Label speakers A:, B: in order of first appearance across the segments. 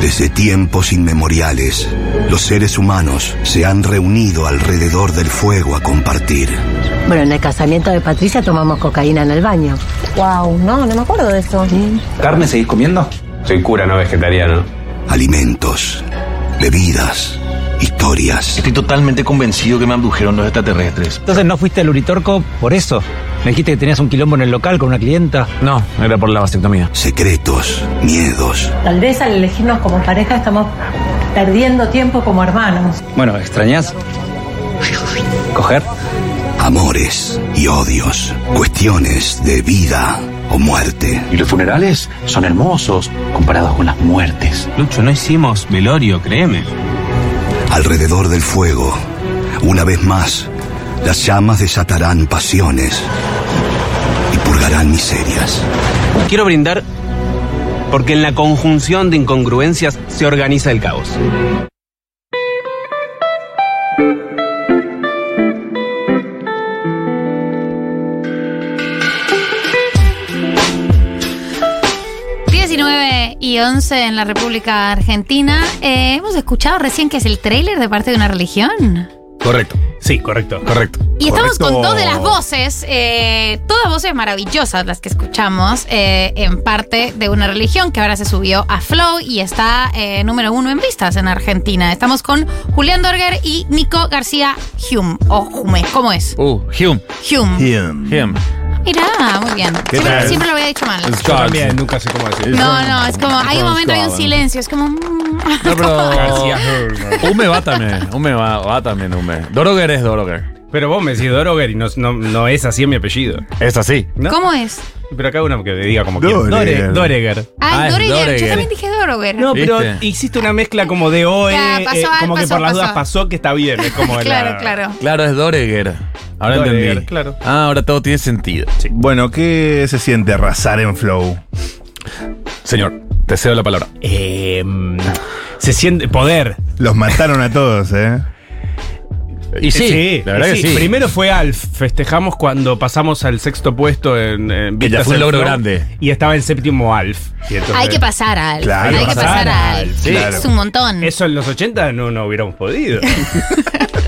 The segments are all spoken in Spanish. A: Desde tiempos inmemoriales, los seres humanos se han reunido alrededor del fuego a compartir.
B: Bueno, en el casamiento de Patricia tomamos cocaína en el baño.
C: Wow, no, no me acuerdo de eso.
D: ¿Carne seguís comiendo?
E: Soy cura, no vegetariano.
A: Alimentos, bebidas, historias.
F: Estoy totalmente convencido que me abdujeron los extraterrestres.
G: Entonces no fuiste al Uritorco por eso. Me dijiste que tenías un quilombo en el local con una clienta.
H: No, era por la vasectomía.
A: Secretos, miedos.
I: Tal vez al elegirnos como pareja estamos perdiendo tiempo como hermanos.
G: Bueno, ¿extrañas? ¿Coger?
A: Amores y odios. Cuestiones de vida o muerte.
J: Y los funerales son hermosos comparados con las muertes.
E: Lucho, no hicimos velorio, créeme.
A: Alrededor del fuego, una vez más, las llamas desatarán pasiones y purgarán miserias.
E: Quiero brindar porque en la conjunción de incongruencias se organiza el caos.
K: y 11 en la República Argentina. Eh, hemos escuchado recién que es el tráiler de parte de una religión.
H: Correcto.
L: Sí, correcto.
H: Correcto.
K: Y estamos
L: Correcto.
K: con dos de las voces, eh, todas voces maravillosas las que escuchamos, eh, en parte de una religión que ahora se subió a Flow y está eh, número uno en vistas en Argentina. Estamos con Julián Dorger y Nico García Hume, o Hume, ¿cómo es?
H: Uh, Hume.
K: Hume.
F: Bien.
H: Hume.
K: Mirá, muy bien.
L: ¿Qué
K: Siempre,
L: tal?
K: siempre lo había dicho mal.
H: Es
L: Yo
H: Garth.
L: también nunca sé cómo decir.
K: No, no, es como, hay un momento, hay un silencio, es como... mm,
H: No,
L: García
H: pero...
L: Herman.
H: Hume va también. Hume va, va también, Hume. Doroger es Doroger.
L: Pero vos me decís Doroger y no, no, no es así en mi apellido.
H: Es así.
L: ¿No?
K: ¿Cómo es?
L: Pero acá uno que te diga como
F: Doreger.
L: quiera. Dore- Doreger.
K: Ah,
H: Ah,
K: es
H: es
K: Doroger. Yo
H: Doroger.
K: también dije Doroger.
L: No, pero
H: ¿Viste?
L: hiciste una mezcla como de OE,
K: Ya, pasó,
L: eh, como
K: pasó,
L: que por las
K: pasó.
L: dudas pasó que está bien. Es como
K: claro,
L: la-
K: claro.
H: Claro, es Doreger. Ahora
L: Doreger,
H: entendí.
L: claro.
H: Ah, ahora todo tiene sentido.
F: Bueno, ¿qué se siente arrasar en Flow?
H: Señor, te cedo la palabra.
L: Eh, se siente poder.
F: Los mataron a todos, ¿eh?
H: Y sí, la verdad
L: y
H: que sí.
L: Primero fue Alf. Festejamos cuando pasamos al sexto puesto en, en
H: Que ya
L: Vistas
H: fue un
L: en
H: logro
L: Flow,
H: grande.
L: Y estaba en séptimo Alf. Y entonces-
K: Hay que pasar a Alf.
F: Claro,
K: hay que
L: pasar
K: pasar
L: a
K: a Alf.
F: Alf, sí.
K: Es un montón.
L: Eso en los 80 no, no hubiéramos podido.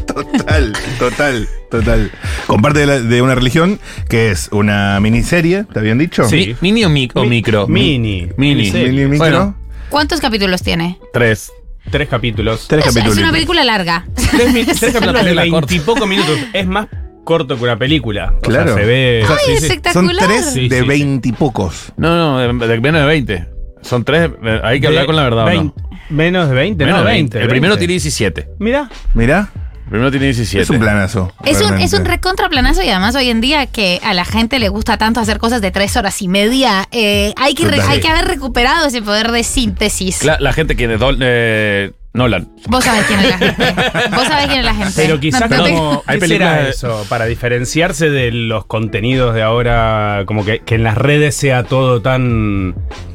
F: Total, total, total. Comparte de, la- de una religión que es una miniserie, ¿te habían dicho?
L: Sí.
H: Mi- ¿Mini o, mic- o
L: Mi-
H: micro?
L: mini.
H: Mini.
L: Miniserie.
F: Mini- micro.
H: Bueno.
K: ¿Cuántos capítulos tiene?
H: Tres.
L: Tres capítulos.
F: Tres
K: Es, es
F: capítulos.
K: una película larga.
L: Tres, mi- tres capítulos de
H: película
L: veintipocos minutos. Es más corto que una película. O
F: Claro.
L: sea, se ve.
F: Ay,
L: Sí,
K: es
L: sí.
F: Son
K: espectacular.
F: tres
L: Sí,
F: de
L: sí, sí.
F: veintipocos.
H: No, no, de, de menos de 20. Son tres. eh, Hay que hablar
L: De
H: con la verdad. ¿o no?
L: vein- Menos de 20,
H: Menos
L: no,
H: de
L: 20.
H: El primero
L: 20.
H: tiene 17.
L: Mirá.
F: Mirá,
H: El primero tiene 17.
F: es un planazo.
K: Es un, es
F: realmente.
K: un recontraplanazo y además hoy en día que a la gente le gusta tanto hacer cosas de tres horas y media, eh, hay, que re-
F: Total.
K: hay que haber recuperado ese poder de síntesis.
H: La, la gente quiere Dol- eh, Nolan.
K: Vos sabés quién es la gente. Vos sabés quién es la gente.
L: Pero quizás
K: No, no te-
L: como.
H: Hay
L: ¿qué
H: películas
L: será
H: de-
L: eso? Para diferenciarse de los contenidos de ahora, como que, que en las redes sea todo tan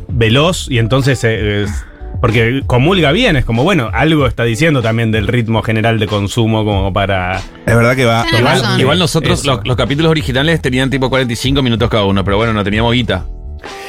L: veloz y entonces. eh, es- porque comulga bien, es como, bueno, algo está diciendo también del ritmo general de consumo, como para.
F: Es verdad que va.
K: Tenés
F: va-
K: razón.
H: Igual, igual nosotros,
L: Eso.
H: los, los capítulos originales tenían tipo 45 minutos cada uno, pero bueno, no teníamos guita.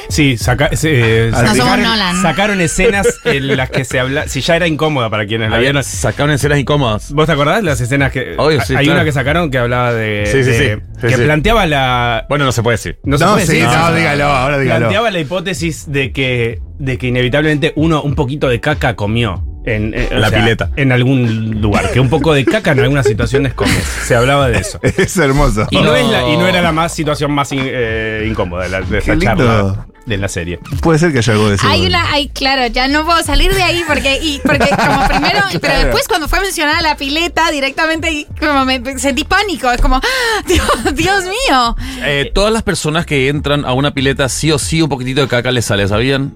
L: Sí, saca- se- eh,
F: No somos
L: sacaron,
K: Nolan.
L: sacaron escenas en las que se habla. Si ya era incómoda para quienes la vieron.
H: Habían sacaron escenas incómodas.
L: ¿Vos te acordás las escenas que.
H: Obvio, sí,
L: hay
H: claro.
L: una que sacaron que hablaba de.
H: Sí, sí,
L: de-
H: sí. Sí,
L: que
H: sí.
L: planteaba la.
H: Bueno, no se puede decir.
L: No, se puede
F: sí,
L: decir eso.
F: no, dígalo, ahora dígalo.
L: Planteaba la hipótesis de que, de que inevitablemente uno un poquito de caca comió. En, eh, o
H: La pileta.
L: En algún lugar. Que un poco de caca en algunas situaciones comes. Se hablaba de eso.
F: Es hermoso.
L: Y no,
H: No.
L: es la- y no era la más situación más in- eh, incómoda de, la, de esa
F: Qué lindo.
L: charla de la serie.
F: Puede ser que haya algo de eso.
K: Hay una, hay, claro, ya no puedo salir de ahí porque, y, porque como primero, pero después cuando fue mencionada la pileta directamente, y como me me sentí pánico, es como, ¡Ah! Dios, Dios mío.
H: Eh, todas las personas que entran a una pileta, sí o sí, un poquitito de caca les sale, ¿sabían?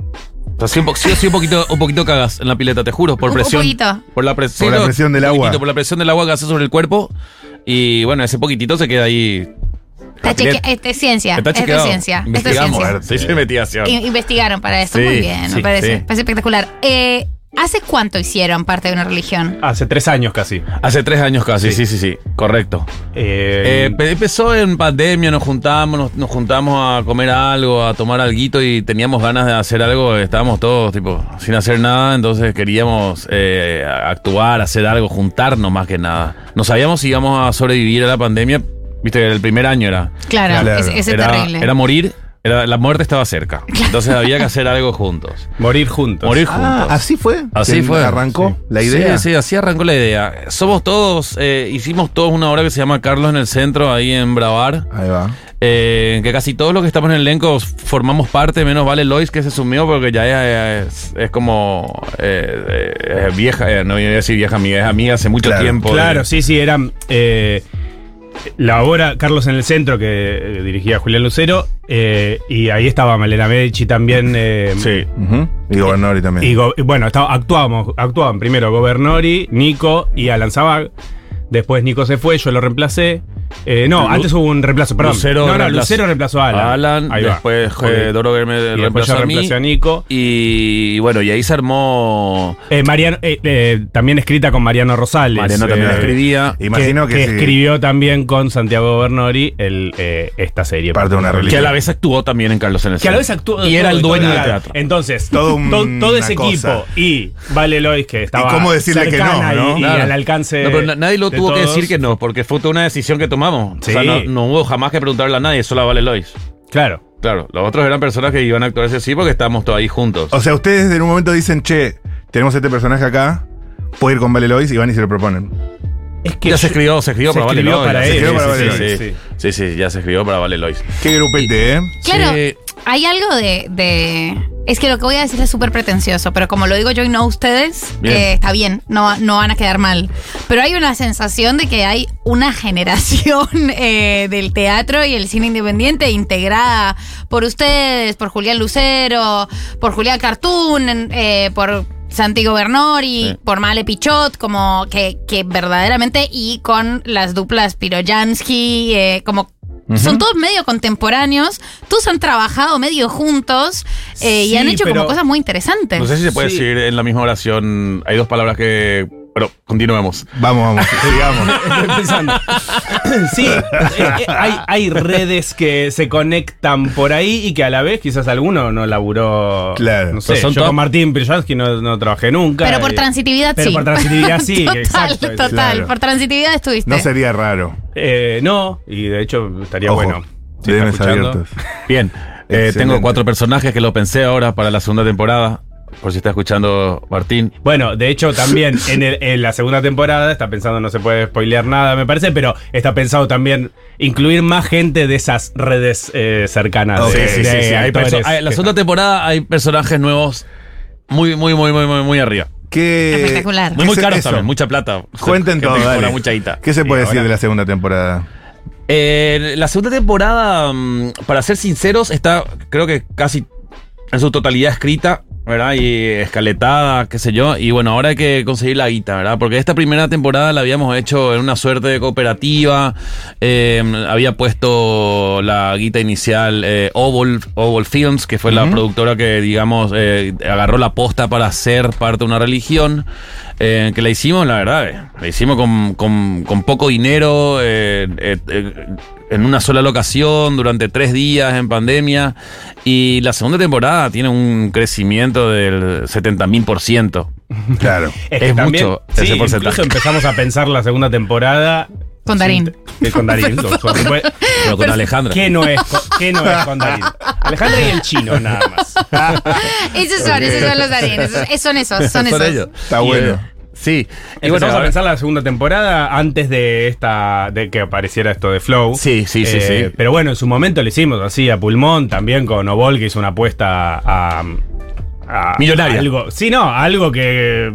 H: O sea, sí, un po- sí o sí, un poquito, un poquito cagas en la pileta, te juro, por
K: Un- un
H: presión.
K: poquito.
H: Por la, pres- sí,
F: Por la
H: no,
F: presión del
H: un
F: agua.
H: poquitito, por la presión del agua que hace sobre el cuerpo. Y bueno, ese poquitito se queda ahí.
K: Está
H: La pileta-
K: cheque- este es ciencia.
H: Está
K: Esto es
H: chequeado.
K: ciencia. Esto es
H: Investigamos.
K: ciencia.
H: Se hizo investigación.
K: I- Investigaron para esto.
H: Sí,
K: Muy bien, me
H: sí,
K: parece.
H: sí.
K: Me parece espectacular. Eh, ¿Hace cuánto hicieron parte de una religión?
L: Hace tres años casi.
H: Hace tres años casi, sí, sí, sí, sí, correcto.
F: Em,
H: Eh, pe- empezó en pandemia, nos juntamos, nos, nos juntamos a comer algo, a tomar alguito y teníamos ganas de hacer algo, estábamos todos tipo sin hacer nada, entonces queríamos eh, actuar, hacer algo, juntarnos más que nada. No sabíamos si íbamos a sobrevivir a la pandemia, viste, el primer año era.
K: Claro, Claro. ese- ese es
H: era,
K: terrible.
H: Era morir, era- la muerte estaba cerca, entonces había que hacer algo juntos.
L: Morir juntos.
H: Morir juntos.
F: Ah, así fue.
H: Así
F: Que
H: fue.
F: Arrancó la
H: Sí,
F: idea.
H: Sí, así arrancó la idea. Somos todos, eh, hicimos todos una obra que se llama Carlos en el Centro, ahí en Bravar,
F: Ahí va.
H: eh, que casi todos los que estamos en el elenco formamos parte, menos vale Lois que se sumió porque ya es, es como eh, eh, vieja, eh, no voy a decir vieja amiga, es amiga hace mucho
F: Claro,
H: tiempo.
L: Claro, sí, sí, era. eh, la obra Carlos en el Centro, que eh, dirigía Julián Lucero, eh, y ahí estaba Malena Medici también. eh,
H: Sí.
F: Ujú. Y gobernador y
L: Y,
F: también.
L: go- y bueno, estaba- actuábamos, actuaban primero Gobernori, Nico y Alan Zabag. Después Nico se fue, yo lo reemplacé. Eh, no,
H: Lu-
L: antes hubo un reemplazo, perdón.
H: Lucero
L: no, no,
H: reemplazó-
L: Lucero reemplazó a Alan. Ahí va.
H: después
L: Ok.
H: eh, Doro Guerme
L: Y después
H: reemplazó a
L: yo
H: mí.
L: reemplacé a Nico.
H: Y, bueno, y ahí se armó.
L: Eh, Mariano, eh, eh, también escrita con Mariano Rosales.
H: Mariano
L: eh,
H: también escribía.
F: Imagino
L: que,
F: que,
L: que
F: sí.
L: escribió también con Santiago Bernori el, eh, esta serie.
F: Parte de una
H: Que
F: religión.
H: a la vez actuó también en Carlos en el
L: Que a la vez
H: Centro.
L: actuó.
H: Y era el
L: todo-
H: dueño
L: todo-
H: del teatro.
L: Entonces,
F: Todo un-
L: todo, todo ese
F: una cosa.
L: equipo y Vale Lois, que estaba.
F: cómo decirle que no,
L: cercana y-
F: no?
L: Y,
H: Claro.
L: al alcance.
H: No, pero na- nadie lo
L: de
H: tuvo que
L: todos.
H: decir que no, porque fue toda una decisión que tomamos. O sea,
L: Sí.
H: no, no hubo jamás que preguntarle a nadie, solo a Vale Lois.
L: Claro.
H: Claro, los otros eran personas que iban a actuar ese sí porque estábamos todos ahí juntos.
F: O sea, ustedes en un momento dicen, che, tenemos este personaje acá, puede ir con Vale Lois y van y se lo proponen.
L: Es que.
H: ya se escribió, se escribió
L: se
H: para Vale
L: escribió
H: Lois.
L: para
H: ya
L: él,
F: sí,
H: Vale
F: sí,
H: Lois.
L: sí,
H: Sí, sí, ya se escribió para Vale Lois.
F: Qué grupete, ¿eh?
K: Claro,
H: Sí.
K: hay algo de, de- Es que lo que voy a decir es súper pretencioso, pero como lo digo yo y no ustedes,
H: Bien.
K: eh, está bien, no, no van a quedar mal. Pero hay una sensación de que hay una generación eh, del teatro y el cine independiente integrada por ustedes, por Julián Lucero, por Julián Cartoon, en- eh, por. Santiago Bernori,
H: Sí.
K: por Male Pichot, como que, que verdaderamente, y con las duplas Piroyansky, eh, como son todos medio contemporáneos, todos han trabajado medio juntos eh,
L: Sí,
K: y han hecho
L: pero-
K: como cosas muy interesantes.
H: No sé si se puede
L: Eh, Sí.
H: decir en la misma oración. Hay dos palabras que. Pero continuemos.
F: Vamos, vamos, sigamos.
L: Estoy pensando. Sí, eh, eh, hay, hay redes que se conectan por ahí y que a la vez quizás alguno no laburó.
F: Claro.
L: No sé,
H: Pero son
L: yo
H: todas-
L: con Martín Prijansky no, no trabajé nunca.
K: pero por
L: eh,
K: transitividad
L: Pero
K: sí.
L: por transitividad sí,
K: total,
L: exacto.
K: total.
F: claro.
K: Por transitividad estuviste.
F: No sería raro.
L: Eh, no, y de hecho estaría
F: Ojo,
L: bueno.
F: de
L: está
F: bienes
L: escuchando.
F: abiertos.
H: Bien, eh,
F: Excelente.
H: tengo cuatro personajes que lo pensé ahora para la segunda temporada. Por si está escuchando Martín.
L: Bueno, de hecho también en, el- en la segunda temporada está pensando, no se puede spoilear nada, me parece, pero está pensado también incluir más gente de esas redes eh, cercanas.
F: Ok,
L: de-
H: Sí, sí,
L: de
H: sí, sí. Hay
L: actores
H: perso- hay- la
L: que-
H: segunda temporada hay personajes nuevos muy, muy, muy, muy, muy, muy arriba.
F: ¿Qué-
K: Espectacular.
H: Muy,
F: qué
H: muy
F: se-
H: caros
F: eso?
H: también, mucha plata.
F: Cuenten
H: Gente
F: todo,
H: que cobra
F: dale.
H: mucha guita.
F: ¿Qué se puede
L: Y
F: decir
L: ahora-
F: de la segunda temporada?
H: Eh, la segunda temporada, mm, para ser sinceros, está creo que casi en su totalidad escrita, ¿verdad? Y escaletada, qué sé yo. Y bueno, ahora hay que conseguir la guita, ¿verdad? Porque esta primera temporada la habíamos hecho en una suerte de cooperativa. Eh, había puesto la guita inicial eh, Oval, Oval Films, que fue la productora que, digamos, eh, agarró la posta para ser parte de una religión. eh, que la hicimos, la verdad, eh, la hicimos con, con- con poco dinero. eh, eh, eh, en una sola locación durante tres días en pandemia. Y la segunda temporada tiene un crecimiento del 70.000%.
F: Claro.
L: Es, que
H: Es
L: también-
H: mucho
L: sí,
H: ese porcentaje.
L: incluso empezamos a pensar la segunda temporada.
K: Con Darín.
L: Eh, con Darín, por supuesto.
H: Pero con Alejandra.
L: ¿Qué no, es, con- qué no es con Darín? Alejandra y el chino, nada más.
K: Esos son, esos son los Darín. esos- eh, son esos, son esos.
F: Está
H: Y,
F: bueno.
H: eh, sí. Y
L: Empezamos
H: bueno,
L: a
H: ahora-
L: pensar la segunda temporada antes de esta de que apareciera esto de Flow. Eh,
H: Sí, sí, sí, sí.
L: Pero bueno, en su momento lo hicimos así a pulmón, también con Obol que hizo una apuesta a, a-
H: Millonaria.
L: algo, sí, no, algo que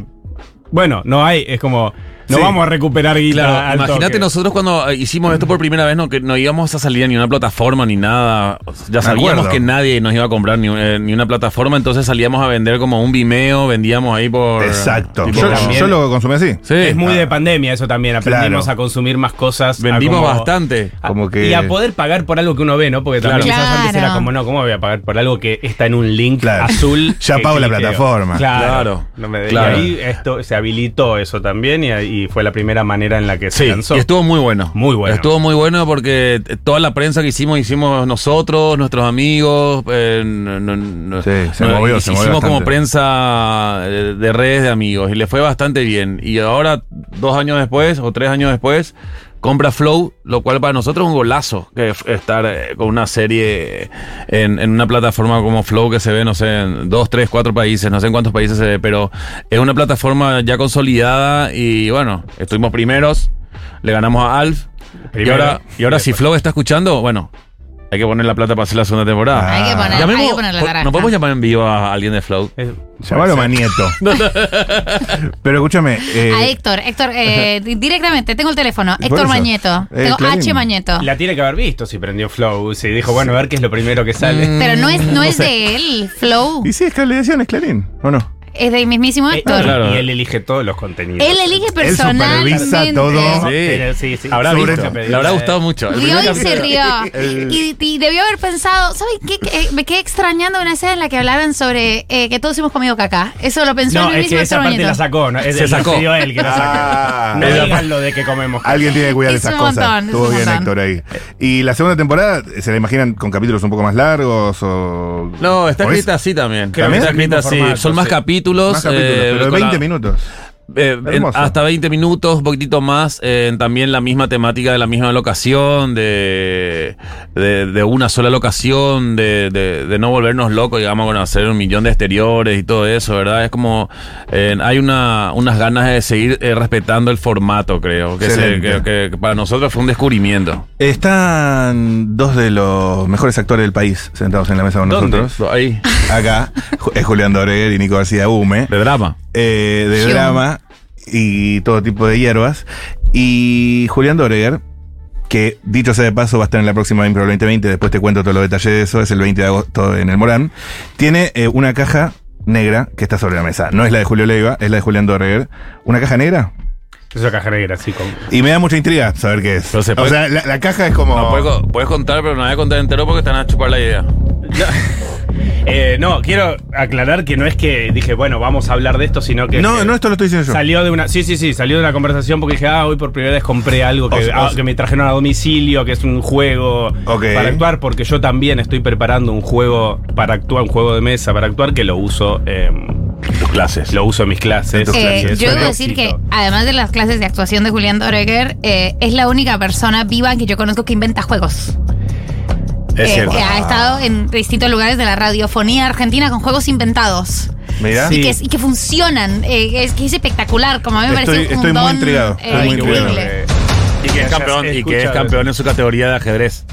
L: bueno, no hay, es como No vamos a recuperar guita.
H: Claro,
L: al
H: imagínate
L: toque.
H: nosotros cuando eh, hicimos esto por primera vez, no, que no íbamos a salir a ninguna plataforma ni nada. O sea, Ya
F: Me
H: sabíamos
F: acuerdo.
H: que nadie nos iba a comprar ni, eh, ni una plataforma, entonces salíamos a vender como un Vimeo, vendíamos ahí por.
F: Exacto.
H: tipo,
F: Yo,
H: también.
F: yo lo consumí así.
H: Sí.
L: Es muy de pandemia eso también. Aprendimos
F: Claro.
L: a consumir más cosas. a
H: Ah. Vendimos
L: como-
H: bastante.
L: a-
F: Como que-
L: Ah, Y a poder pagar por algo que uno ve, ¿no? Porque también
K: Claro.
L: quizás antes era
K: Claro.
L: como, no, ¿cómo voy a pagar por algo que está en un link
F: Claro.
L: azul?
F: Ya
L: que
F: pago la
L: cliqueo?
F: plataforma.
L: Claro.
H: Claro.
L: No me- y
H: Claro.
L: ahí esto, se habilitó eso también y, y fue la primera manera en la que se
H: Sí,
L: lanzó.
H: y estuvo muy bueno.
L: Muy bueno.
H: Estuvo muy bueno porque toda la prensa que hicimos, hicimos nosotros, nuestros amigos. eh, no- no- no-
F: Sí, se
H: no,
F: movió,
H: hic-
F: se movió
H: Hicimos como
F: bastante.
H: prensa eh, de redes de amigos y le fue bastante bien. Y ahora, dos años después o tres años después, compra Flow, lo cual para nosotros es un golazo que f- estar eh, con una serie eh, en, en una plataforma como Flow que se ve, no sé, en dos, tres, cuatro países, no sé en cuántos países se ve, pero es una plataforma ya consolidada y bueno, estuvimos primeros, le ganamos a Alf.
L: Primero.
H: y ahora, y ahora si Flow está escuchando, bueno, hay que poner la plata para hacer la segunda temporada.
L: Ah.
K: Hay que poner,
H: Llamemos-
K: hay que poner la
H: po-
K: naranja.
H: ¿No podemos llamar en vivo a alguien de Flow?
F: Llamalo Manieto. Pero escúchame. eh,
K: A Héctor, Héctor, eh, di- directamente, tengo el teléfono.
F: Por
K: Héctor
F: eso.
K: Mañeto.
F: Eh,
K: tengo
F: Clarín.
K: H Mañeto.
L: La tiene que haber visto si prendió Flow. Si dijo, bueno, a ver qué es lo primero que sale.
K: Pero no es, no es
F: sé.
K: de él, Flow.
F: y si es cablevisión, es Clarín, ¿o no?
K: Es del mismísimo
L: Eh,
K: Héctor.
H: claro.
L: Y él elige todos los contenidos.
K: Él elige
F: Él
K: personalmente.
F: supervisa todo.
H: Sí.
L: Pero sí, sí.
H: Habrá
F: Sobre
H: visto.
F: todo.
H: Le habrá gustado mucho. El
K: Vio
H: primer
K: y se
H: capítulo-
K: rió.
F: El-
K: Y, y debió haber pensado, ¿saben qué? Que, eh, me quedé extrañando una escena en la que hablaban sobre eh, que todos hemos comido caca. Eso lo pensó
L: No,
K: en el
L: es
K: mismo
L: que esa
K: Héctor
L: parte
K: Mañeto.
L: la sacó. ¿no? Es
H: Se
L: el-
H: sacó.
L: sido él que la
F: Ah.
L: sacó. No
F: Es la-
L: digan lo de que comemos.
F: Alguien tiene que cuidar
K: Es
F: esas
K: un
F: cosas.
K: montón, es
F: Estuvo
K: un
F: bien,
K: montón.
F: Héctor, ahí. ¿Y la segunda temporada se la imaginan con capítulos un poco más largos o.?
H: No, está
F: o es-
H: escrita así también.
F: Creo que
H: Está
F: es el
H: escrita
L: mismo
H: así.
L: formato,
H: Son más
L: sí.
H: capítulos.
F: Más capítulos,
H: eh,
F: pero de
H: con la-
F: 20 minutos.
H: eh, en-
F: Hermoso.
H: hasta 20 minutos, un poquitito más. eh, en también la misma temática de la misma locación, de, de, de una sola locación, de, de- de no volvernos locos, digamos, con hacer un millón de exteriores y todo eso, ¿verdad? Es como. eh, hay una, unas ganas de seguir eh, respetando el formato, creo. Que, se-
F: Excelente.
H: que- que- que para nosotros fue un descubrimiento.
F: Están dos de los mejores actores del país sentados en la mesa con
L: ¿Dónde?
F: nosotros.
H: Ahí.
F: Acá Ju- es Julián Doreguer y Nico García Hume.
H: De drama.
F: eh, de
K: Hume.
F: drama y todo tipo de hierbas. Y Julián Doreguer, que dicho sea de paso, va a estar en la próxima Impro 2020, después te cuento todos los detalles de eso, es el 20 de agosto en el Morán, tiene eh, una caja negra que está sobre la mesa. No es la de Julio Leiva, es la de Julián Doreguer. Una caja negra.
L: Es una caja negra, sí. Con...
F: Y me da mucha intriga saber qué es.
H: Pero se
F: o
H: puede-
F: sea, la, la caja es como...
H: No, puedes, co- puedes contar, pero no voy a contar entero porque te van a chupar la idea.
L: Eh, no, quiero aclarar que no es que dije, bueno, vamos a hablar de esto, sino que.
F: no,
L: que
F: no, esto lo estoy diciendo yo.
L: Salió de una. Sí, sí, sí, salió de una conversación porque dije, ah, hoy por primera vez compré algo que,
F: O sea,
L: ah,
F: o sea-
L: que me trajeron a domicilio, que es un juego
F: Ok.
L: para actuar, porque yo también estoy preparando un juego para actuar, un juego de mesa para actuar que lo uso. em,
H: Tus clases.
L: lo uso en mis clases.
F: En tus
K: Eh,
F: clases.
K: yo
L: Soy
K: debo decir que,
L: loquito.
K: además de las clases de actuación de Julián Doreger, eh, es la única persona viva que yo conozco que inventa juegos. Eh, que ha estado en distintos lugares de la radiofonía argentina con juegos inventados.
F: Mirá.
K: Y,
L: Sí.
K: que, y que funcionan. eh, es que es espectacular. Como a mí me
F: Estoy-
K: pareció un
F: estoy muy
K: don,
F: intrigado,
K: eh,
F: estoy muy
K: increíble.
F: intrigado.
H: Y que es campeón, y que es
L: Escucha-
H: campeón en su categoría de ajedrez.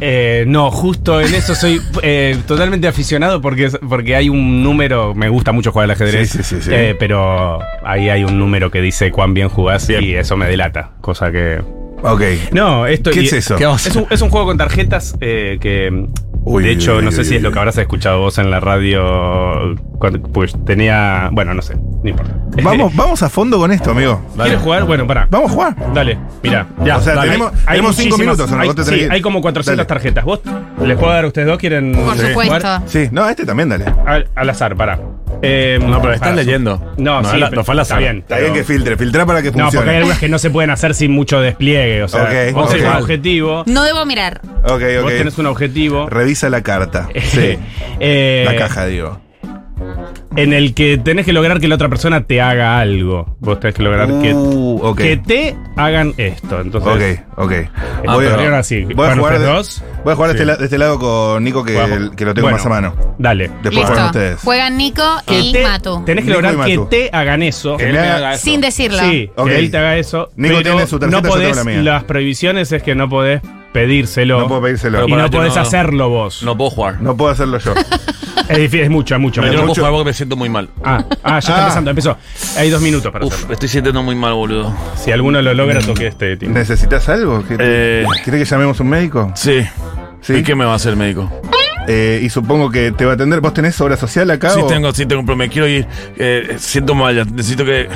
L: Eh, no, justo en eso soy eh, totalmente aficionado porque, porque hay un número, me gusta mucho jugar al ajedrez,
F: Sí, sí, sí, sí.
L: eh, pero ahí hay un número que dice cuán bien jugás
H: Bien.
L: y eso me delata, cosa que...
F: Ok.
L: No, esto
F: ¿Qué
L: y-
F: es eso?
H: ¿Qué vamos a
L: Es un, es un juego con tarjetas eh, que...
F: Uy,
L: de
F: uy,
L: hecho,
F: uy,
L: no
F: uy,
L: sé si
F: uy,
L: es lo que
F: uy.
L: habrás escuchado vos en la radio, cuando- pues tenía... Bueno, no sé, no importa.
F: Vamos, vamos a fondo con esto, amigo.
L: ¿Quieres jugar? Bueno, pará.
F: Vamos a jugar.
L: Dale, mira, ya.
F: O sea,
L: dale.
F: tenemos- tenemos cinco
L: muchísimas-
F: minutos, ¿no?
L: Hay,
F: Vos te
L: sí,
F: tenés que ir.
L: hay como 400
F: Dale.
L: tarjetas. ¿Vos les puedo dar a ustedes dos? ¿Quieren
K: Por
L: jugar?
K: supuesto.
F: Sí, no, a este también, dale.
L: Al, al azar, pará. Eh,
H: No, pero estás
L: pará.
H: leyendo.
L: No,
H: No,
L: sí,
H: la- no fue al
L: está
H: azar.
L: bien.
F: Está bien
L: pero-
F: que filtre, filtra para que
L: No, porque hay
F: funcione.
L: algunas que no se pueden hacer sin mucho despliegue. O sea,
F: Ok,
L: vos tenés
F: ok.
L: un objetivo.
K: No debo mirar.
F: Ok,
L: Vos
F: ok.
L: tenés un objetivo.
F: Revisa la carta. Sí.
L: Eh,
F: la caja, digo.
L: En el que tenés que lograr que la otra persona te haga algo. Vos tenés que lograr que,
F: Uh, ok.
L: que te hagan esto. Entonces,
F: Ok, ok.
L: Ah, pero ahora sí.
F: voy a
L: ¿Juegan
F: jugar, de,
L: ustedes dos?
F: voy a jugar de este
L: Sí.
F: la- de este lado con Nico, que,
L: Vamos.
F: que lo tengo
L: Bueno,
F: más a mano.
L: Dale.
F: Después juegan
K: Listo.
F: ustedes.
K: Juegan Nico y
L: Ah. te-
K: Matu.
L: Tenés que
F: Nico
L: lograr
F: y
L: que
F: Matu.
L: te hagan eso.
F: Que me haga-
K: Sin decirlo.
L: Sí,
F: Ok.
L: que él te haga eso.
F: Nico
L: pero
F: tiene su tarjeta,
L: no
F: yo tengo
L: podés,
F: la mía.
L: Las prohibiciones es que no podés pedírselo.
F: No puedo pedírselo.
H: Pero
L: Y
H: para-
L: no
H: yo
L: podés
H: no-
L: hacerlo vos.
H: No puedo jugar.
F: No puedo hacerlo yo.
L: Es, difícil, es mucho, mucho.
H: Me
L: mucho.
H: dio un poco de agua que me siento muy mal.
L: Ah, ah, ya está
F: Ah.
L: empezando, empezó. Hay dos minutos para
H: Uf,
L: hacerlo.
H: me estoy sintiendo muy mal, boludo.
L: Si alguno lo logra, toque este tipo.
F: ¿Necesitas algo? ¿Quieres
H: Eh.
F: ¿querés que llamemos a un médico?
H: Sí.
F: Sí.
H: ¿Y qué me va a hacer el médico?
F: Eh, y supongo que te va a atender. ¿Vos tenés obra social acá?
H: Sí
F: o-
H: tengo, sí tengo, pero me quiero ir. Eh, siento mal, ya. necesito que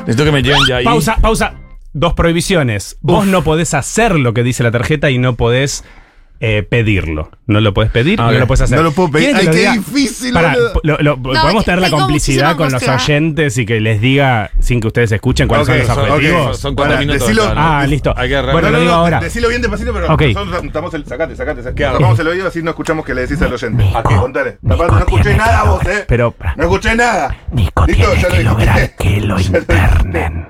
H: necesito que me lleven ya ahí.
L: Pausa, pausa. Dos prohibiciones. Vos no podés hacer lo que dice la tarjeta y no podés eh, pedirlo. No lo podés pedir,
H: Ah,
L: no
H: ok.
L: lo podés hacer.
F: No lo puedo pedir.
L: ¿Quieren que
F: Ay,
L: lo
F: qué
L: diga?
F: difícil,
L: Pará,
F: boludo.
L: po- lo- lo- podemos tener la
K: tengo
L: complicidad
K: muchísima
L: con los
K: angustia.
L: oyentes y que les diga, sin que ustedes escuchen, cuáles
F: Ok,
L: son los
H: Son-
L: objetivos.
H: son- Son cuatro
F: Pará,
H: minutos.
F: decilo-
H: claro.
L: Ah, listo.
H: Hay que arrancar.
L: Bueno, lo digo ahora.
F: Decilo bien despacito, pero
L: Ok.
F: nosotros tapamos el. Sacate, sacate, sacate.
H: hago?
F: Tapamos el oído, así no escuchamos que le decís al oyente.
A: Nico,
F: Aquí, contale. Tapate, no escuché
A: tiene
F: nada
A: que
F: vos, eh.
L: Pero, pará.
F: No escuché nada.
A: Nico
F: Listo,
A: tiene
F: ya lo
A: que lograr
F: dijiste.
A: que lo internen.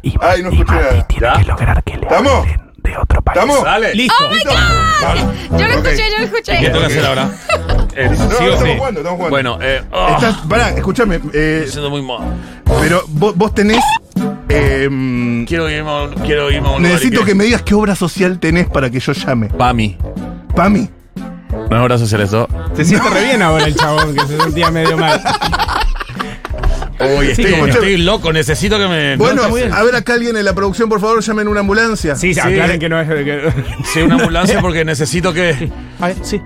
A: Y,
F: Ay, no
A: y
F: escuché
A: Macri
F: nada.
A: tiene
H: ¿Ya?
A: que lograr que le
F: ¿Estamos?
A: hablen de otro país.
F: ¿Estamos?
H: Dale.
L: Listo.
F: ¿Listo?
K: Yo lo
F: Ok.
K: escuché, yo lo escuché.
H: ¿Qué tengo que hacer ahora? Eh,
F: No,
H: sí o
F: estamos
H: sí.
F: jugando, estamos jugando.
H: Bueno, eh, ah,
F: Estás, pará, escúchame, eh,
H: estoy siendo muy mal.
F: pero vos, vos tenés. em,
H: Quiero irme a un, quiero irme a un lugar y
F: necesito que me digas qué obra social tenés para que yo llame.
H: Pami.
F: Pami.
H: No es hora social esto.
L: Se siente re bien ahora el chabón que se sentía medio mal.
H: Uy,
L: Sí,
H: estoy,
L: como
H: estoy loco, necesito que me.
F: Bueno,
H: no, está
F: a ver acá alguien en la producción, por favor, llamen una ambulancia.
L: Sí,
H: Sí.
L: aclaren que no es. que-
H: bien. sí, una ambulancia porque necesito que.
L: Ay, sí.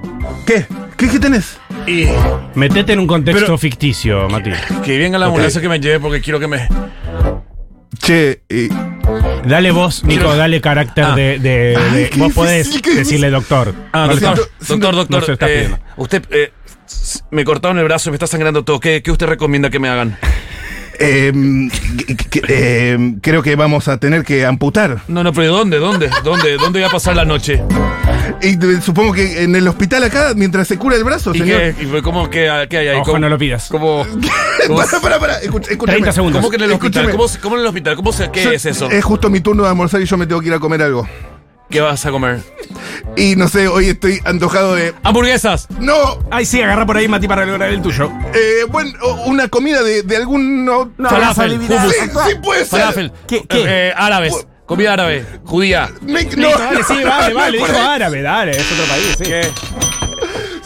F: ¿Qué? ¿Qué, qué tenés?
H: Y
L: Metete en un contexto ficticio, Mati.
H: que venga la ambulancia que me lleve porque quiero que me.
F: Che, eh,
L: Dale vos, Nico, dale carácter
H: Ah.
L: de. de-
F: Ay,
L: de-
F: qué
L: vos podés
F: difícil, qué
L: decirle doctor.
H: Ah,
L: No,
H: doctor,
L: no,
H: doctor,
L: no
H: doctor,
L: se lo está
H: eh,
L: pidiendo.
H: usted eh, s- me cortaron el brazo, me está sangrando todo. ¿Qué, qué usted recomienda que me hagan?
F: em, que- que- em, creo que vamos a tener que amputar.
H: No, no, pero ¿dónde? ¿Dónde? ¿Dónde? ¿Dónde voy a pasar la noche?
F: Y eh, supongo que en el hospital acá, mientras se cura el brazo,
H: ¿Y
F: señor.
H: qué, y cómo, qué, qué hay
F: Eh,
H: ahí?
L: Oh, Ojo,
H: ¿Cómo-
L: no lo pidas.
H: ¿Cómo, cómo,
F: Pará, pará, pará, escucha- escúchame.
L: 30 segundos.
H: cómo que en el hospital?
F: Escúchame.
H: ¿Cómo, se- cómo en el hospital? ¿Cómo se, ¿Qué
F: Yo-
H: es eso?
F: Es justo mi turno de almorzar y yo me tengo que ir a comer algo.
H: ¿Qué vas a comer?
F: Y no sé, hoy estoy antojado de.
H: ¡Hamburguesas!
F: No,
L: Ay, sí, agarra por ahí, Mati, para lograr el tuyo.
F: eh, bueno, o- una comida de, de algún. No,
H: Falafel,
F: sí,
H: hummus.
F: sí puede ser.
H: Falafel.
L: ¿Qué- qué?
H: Eh, eh, árabes. Comida árabe. Judía.
F: Me- no,
L: Listo, dale,
F: no,
L: sí,
F: no,
L: vale,
F: no,
L: vale.
F: por
L: Dijo
F: ahí.
L: árabe, dale, es otro país, sí.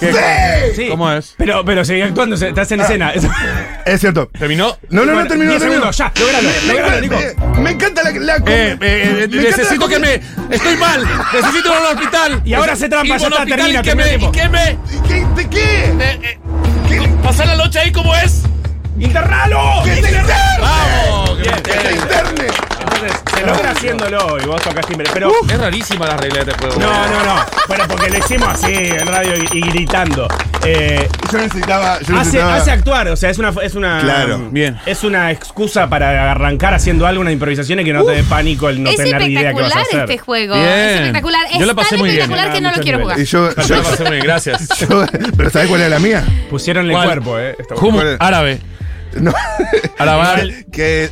F: Sí.
L: Sí.
H: ¿Cómo es?
L: Pero, pero sigue actuando, se- estás en escena.
F: Es cierto.
H: ¿Terminó?
F: Ah. No, no, no
L: Bueno,
F: terminó.
L: 10
F: terminó.
L: segundos, ya, logralo,
F: Me- me
L: logralo,
F: encanta-
L: Nico.
F: eh, Me encanta la. la
H: Eh, eh, eh,
F: me encanta
H: necesito
F: la
H: que me.
F: comida.
H: Estoy mal. Necesito ir al hospital.
L: Y ahora se trampa,
H: Y
L: ya
H: voy al
L: está,
H: hospital
L: termina,
H: y que
L: termina
H: me-
L: el tiempo.
H: y que me-
F: ¿Qué- ¿De qué?
H: eh, eh, pasar la noche ahí como es.
L: ¡Internalo!
F: ¡Que te interne!
H: Vamos.
F: ¡Que te interne!
L: Entonces, se logra haciéndolo y vos tocas timbre. Pero.
H: Es rarísima la regla de este juego.
L: No, no, no. Bueno, porque lo hicimos así en radio y, y gritando. Eh,
F: Yo necesitaba. Yo
L: hace,
F: necesitaba.
L: hace actuar, o sea, es una. Es una um,
F: Claro,
H: bien.
L: Es una excusa para arrancar haciendo algo, una improvisación y que no te dé pánico el no
K: es
L: tener ni idea qué vas a
K: espectacular
L: hacer.
K: este juego.
H: Bien.
K: Es espectacular.
H: Yo
K: es
H: la pasé
K: tan
H: muy bien.
K: espectacular que
L: Ah,
K: no lo
L: muchas
K: quiero jugar.
F: Y yo. yo-
H: Yo la pasé muy bien, gracias.
F: yo- pero ¿sabés cuál era la mía?
L: Pusieron el
H: ¿Cuál?
L: cuerpo, eh. Esta-
H: Humo árabe.
F: No.
H: Árabe.
F: ¿Qué?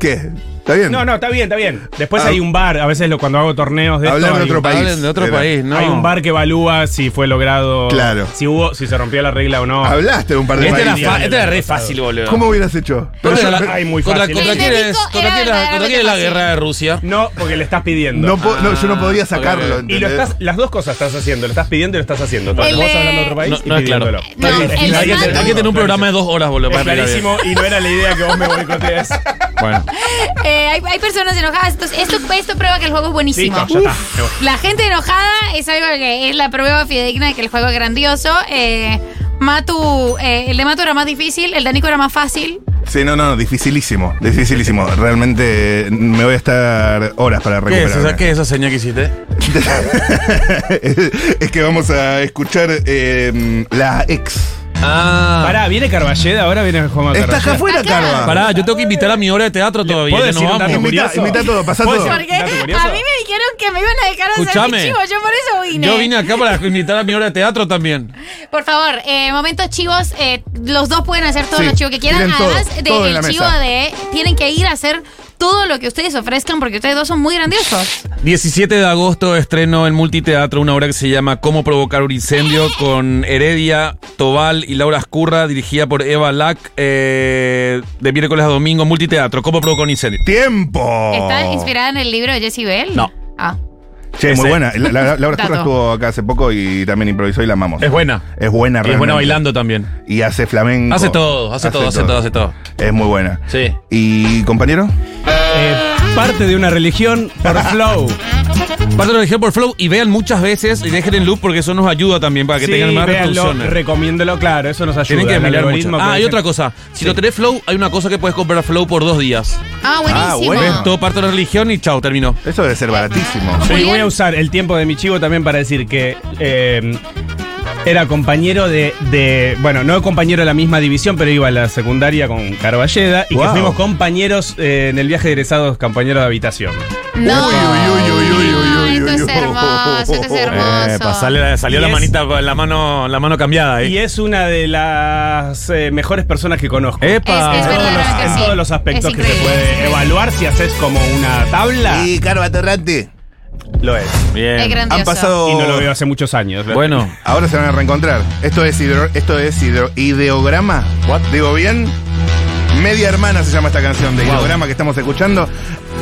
F: ¿Qué? ¿Está bien?
L: No, no, está bien, está bien. Después
F: Ah.
L: hay un bar, a veces lo- cuando hago torneos de
F: Hablar
L: esto,
F: de
L: hay
F: otro
L: un-
F: país.
H: Hablen de otro
F: Era.
H: país, ¿no?
L: Hay un bar que evalúa si fue logrado.
F: Claro.
L: Si hubo, si se rompió la regla o no.
F: Hablaste de un par de
H: Este era,
F: países.
H: fa- este era re fácil, boludo.
F: ¿Cómo hubieras hecho?
H: Pero
L: Pero
H: la-
L: yo- Ay, muy
H: contra,
L: fácil.
H: contra
K: El
H: quién
K: de
H: es?
K: Nico
H: ¿Contra
K: era
H: quién la, contra quién es la
K: verdaderamente
H: guerra de Rusia?
L: No, porque le estás pidiendo. Ah,
F: No, po- no, yo no podía sacarlo.
H: Ah, ok.
L: y lo
F: ¿entendés?
L: estás, las dos cosas estás haciendo, lo estás pidiendo y lo estás haciendo. Estás
K: El
L: vos
K: de-
L: hablando de otro país
H: No,
L: y
H: no es claro.
L: pidiéndolo.
K: No,
L: Está
K: el
L: bien.
K: de
H: hay, que, tener- hay que tener un programa de dos horas, boludo,
L: Es
H: para arreglar
L: clarísimo y no era la idea que vos me boicotees.
H: bien. Bueno.
K: Eh, hay, hay personas enojadas. Entonces, esto, esto prueba que el juego es buenísimo.
L: Listo, ya está. Me voy.
K: La gente enojada es algo que es la prueba fidedigna de que el juego es grandioso. Eh, Matu, eh, el de Matu era más difícil, el de Nico era más fácil.
F: Sí, no, no, dificilísimo. Dificilísimo. Realmente eh, me voy a estar horas para
H: ¿Qué es, esa,
F: recuperar.
H: ¿Qué es esa señal que hiciste?
F: es que vamos a escuchar eh, la ex.
H: Ah.
L: Pará, viene Carballeda, ahora viene Juan
F: Está acá
L: Carballeda.
F: afuera, Carva.
H: Pará, yo tengo que invitar a mi hora de teatro todavía.
L: Ah. ¿Puedo
H: ya
L: decir
H: nos
L: un dato
H: vamos.
F: Invita-
L: curioso?
F: invita todo, pasá
L: ¿Puedo
F: todo.
L: decir
K: Porque
L: un
K: a mí
L: dato
K: me
L: curioso?
K: dijeron que me iban a dejar hacer
H: Escuchame.
K: mi chivo, yo por eso vine.
H: Yo vine acá para invitar a mi hora de teatro también.
K: Por favor, eh, momentos chivos, eh, los dos pueden hacer todos
F: Sí,
K: los chivos que quieran.
F: tiren todo,
K: Además
F: todo en
K: del
F: la
K: chivo
F: mesa.
K: de tienen que ir a hacer todo lo que ustedes ofrezcan porque ustedes dos son muy grandiosos.
H: 17 de agosto estreno en Multiteatro una obra que se llama Cómo provocar un incendio con Heredia, Tobal y Laura Ascurra, dirigida por Eva Lack, eh, de miércoles a domingo, Multiteatro, Cómo provocar un incendio.
F: ¡Tiempo!
K: ¿Está inspirada en el libro de Jessie Bell?
H: No.
K: Ah.
F: Che, es muy
H: Ese.
F: buena. La- la- Laura Esturra
K: Dato.
F: estuvo acá hace poco y también improvisó y la amamos.
H: Es buena.
F: Es buena,
H: Y es
F: realmente.
H: buena bailando también.
F: Y hace flamenco.
H: Hace todo, hace todo, hace todo, hace todo.
F: Es muy buena.
H: Sí.
F: ¿Y compañero?
L: Eh, parte de una religión por flow.
H: Parte de religión por Flow y vean muchas veces y dejen en loop porque eso nos ayuda también para que
L: Sí,
H: tengan más
L: véanlo,
H: reproducciones.
L: recomiéndelo, claro, eso nos ayuda.
H: Tienen que
L: el
H: mirar
L: algoritmo
H: mucho. Ah,
L: puede
H: y
L: ser-
H: otra cosa. Si lo tenés Flow, hay una cosa que puedes comprar Flow por dos días.
K: Ah, buenísimo.
F: bueno.
H: Todo parte de la religión y chao, terminó.
F: Eso debe ser baratísimo.
L: Sí,
K: Julián.
L: voy a usar el tiempo de mi chivo también para decir que eh, era compañero de, de- Bueno, no compañero de la misma división, pero iba a la secundaria con Carballeda y
F: Wow.
L: que fuimos compañeros eh, en el viaje de egresados, compañeros de habitación.
K: No.
F: Uy, uy, uy, uy, uy, uy,
K: Esto es
F: uy.
K: hermoso, esto es hermoso.
H: Eh, pa, sale- salió
L: Y
H: la
L: es-
H: manita, la mano, la mano cambiada ahí.
L: Y es una de las eh, mejores personas que conozco.
H: Epa.
K: Es- es
L: En todos
K: verdaderamente
L: los- en
K: sí.
L: todos los aspectos
K: Es
L: que se
K: increíble, es
L: puede
K: increíble.
L: evaluar si haces como una tabla.
F: Y Carva Torrante.
L: Lo es.
H: Bien.
K: Es grandioso.
F: Han pasado.
L: Y no lo veo hace muchos años.
H: Bueno,
F: Ahora se van a reencontrar. Esto es, hidro- esto es hidro- ideograma. ¿Digo bien? Media hermana se llama esta canción de ideograma que estamos escuchando.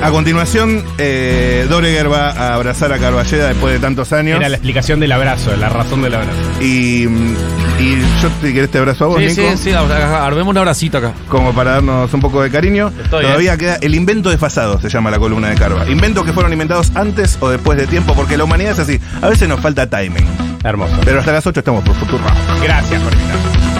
F: A continuación, eh, Doreger va a abrazar a Carballeda después de tantos años.
L: Era la explicación del abrazo, la razón del abrazo.
F: Y, mm, y yo te querés te abrazo a vos,
H: sí,
F: Nico.
H: sí, sí, a- a- armemos un abracito acá.
F: Como para darnos un poco de cariño.
H: Estoy, eh.
F: Todavía queda el invento desfasado, se llama la columna de Carva. Inventos que fueron inventados antes o después de tiempo, porque la humanidad es así. A veces nos falta timing.
L: Hermoso.
F: Pero hasta las 8 estamos por futuro.
L: Gracias, Jorgita.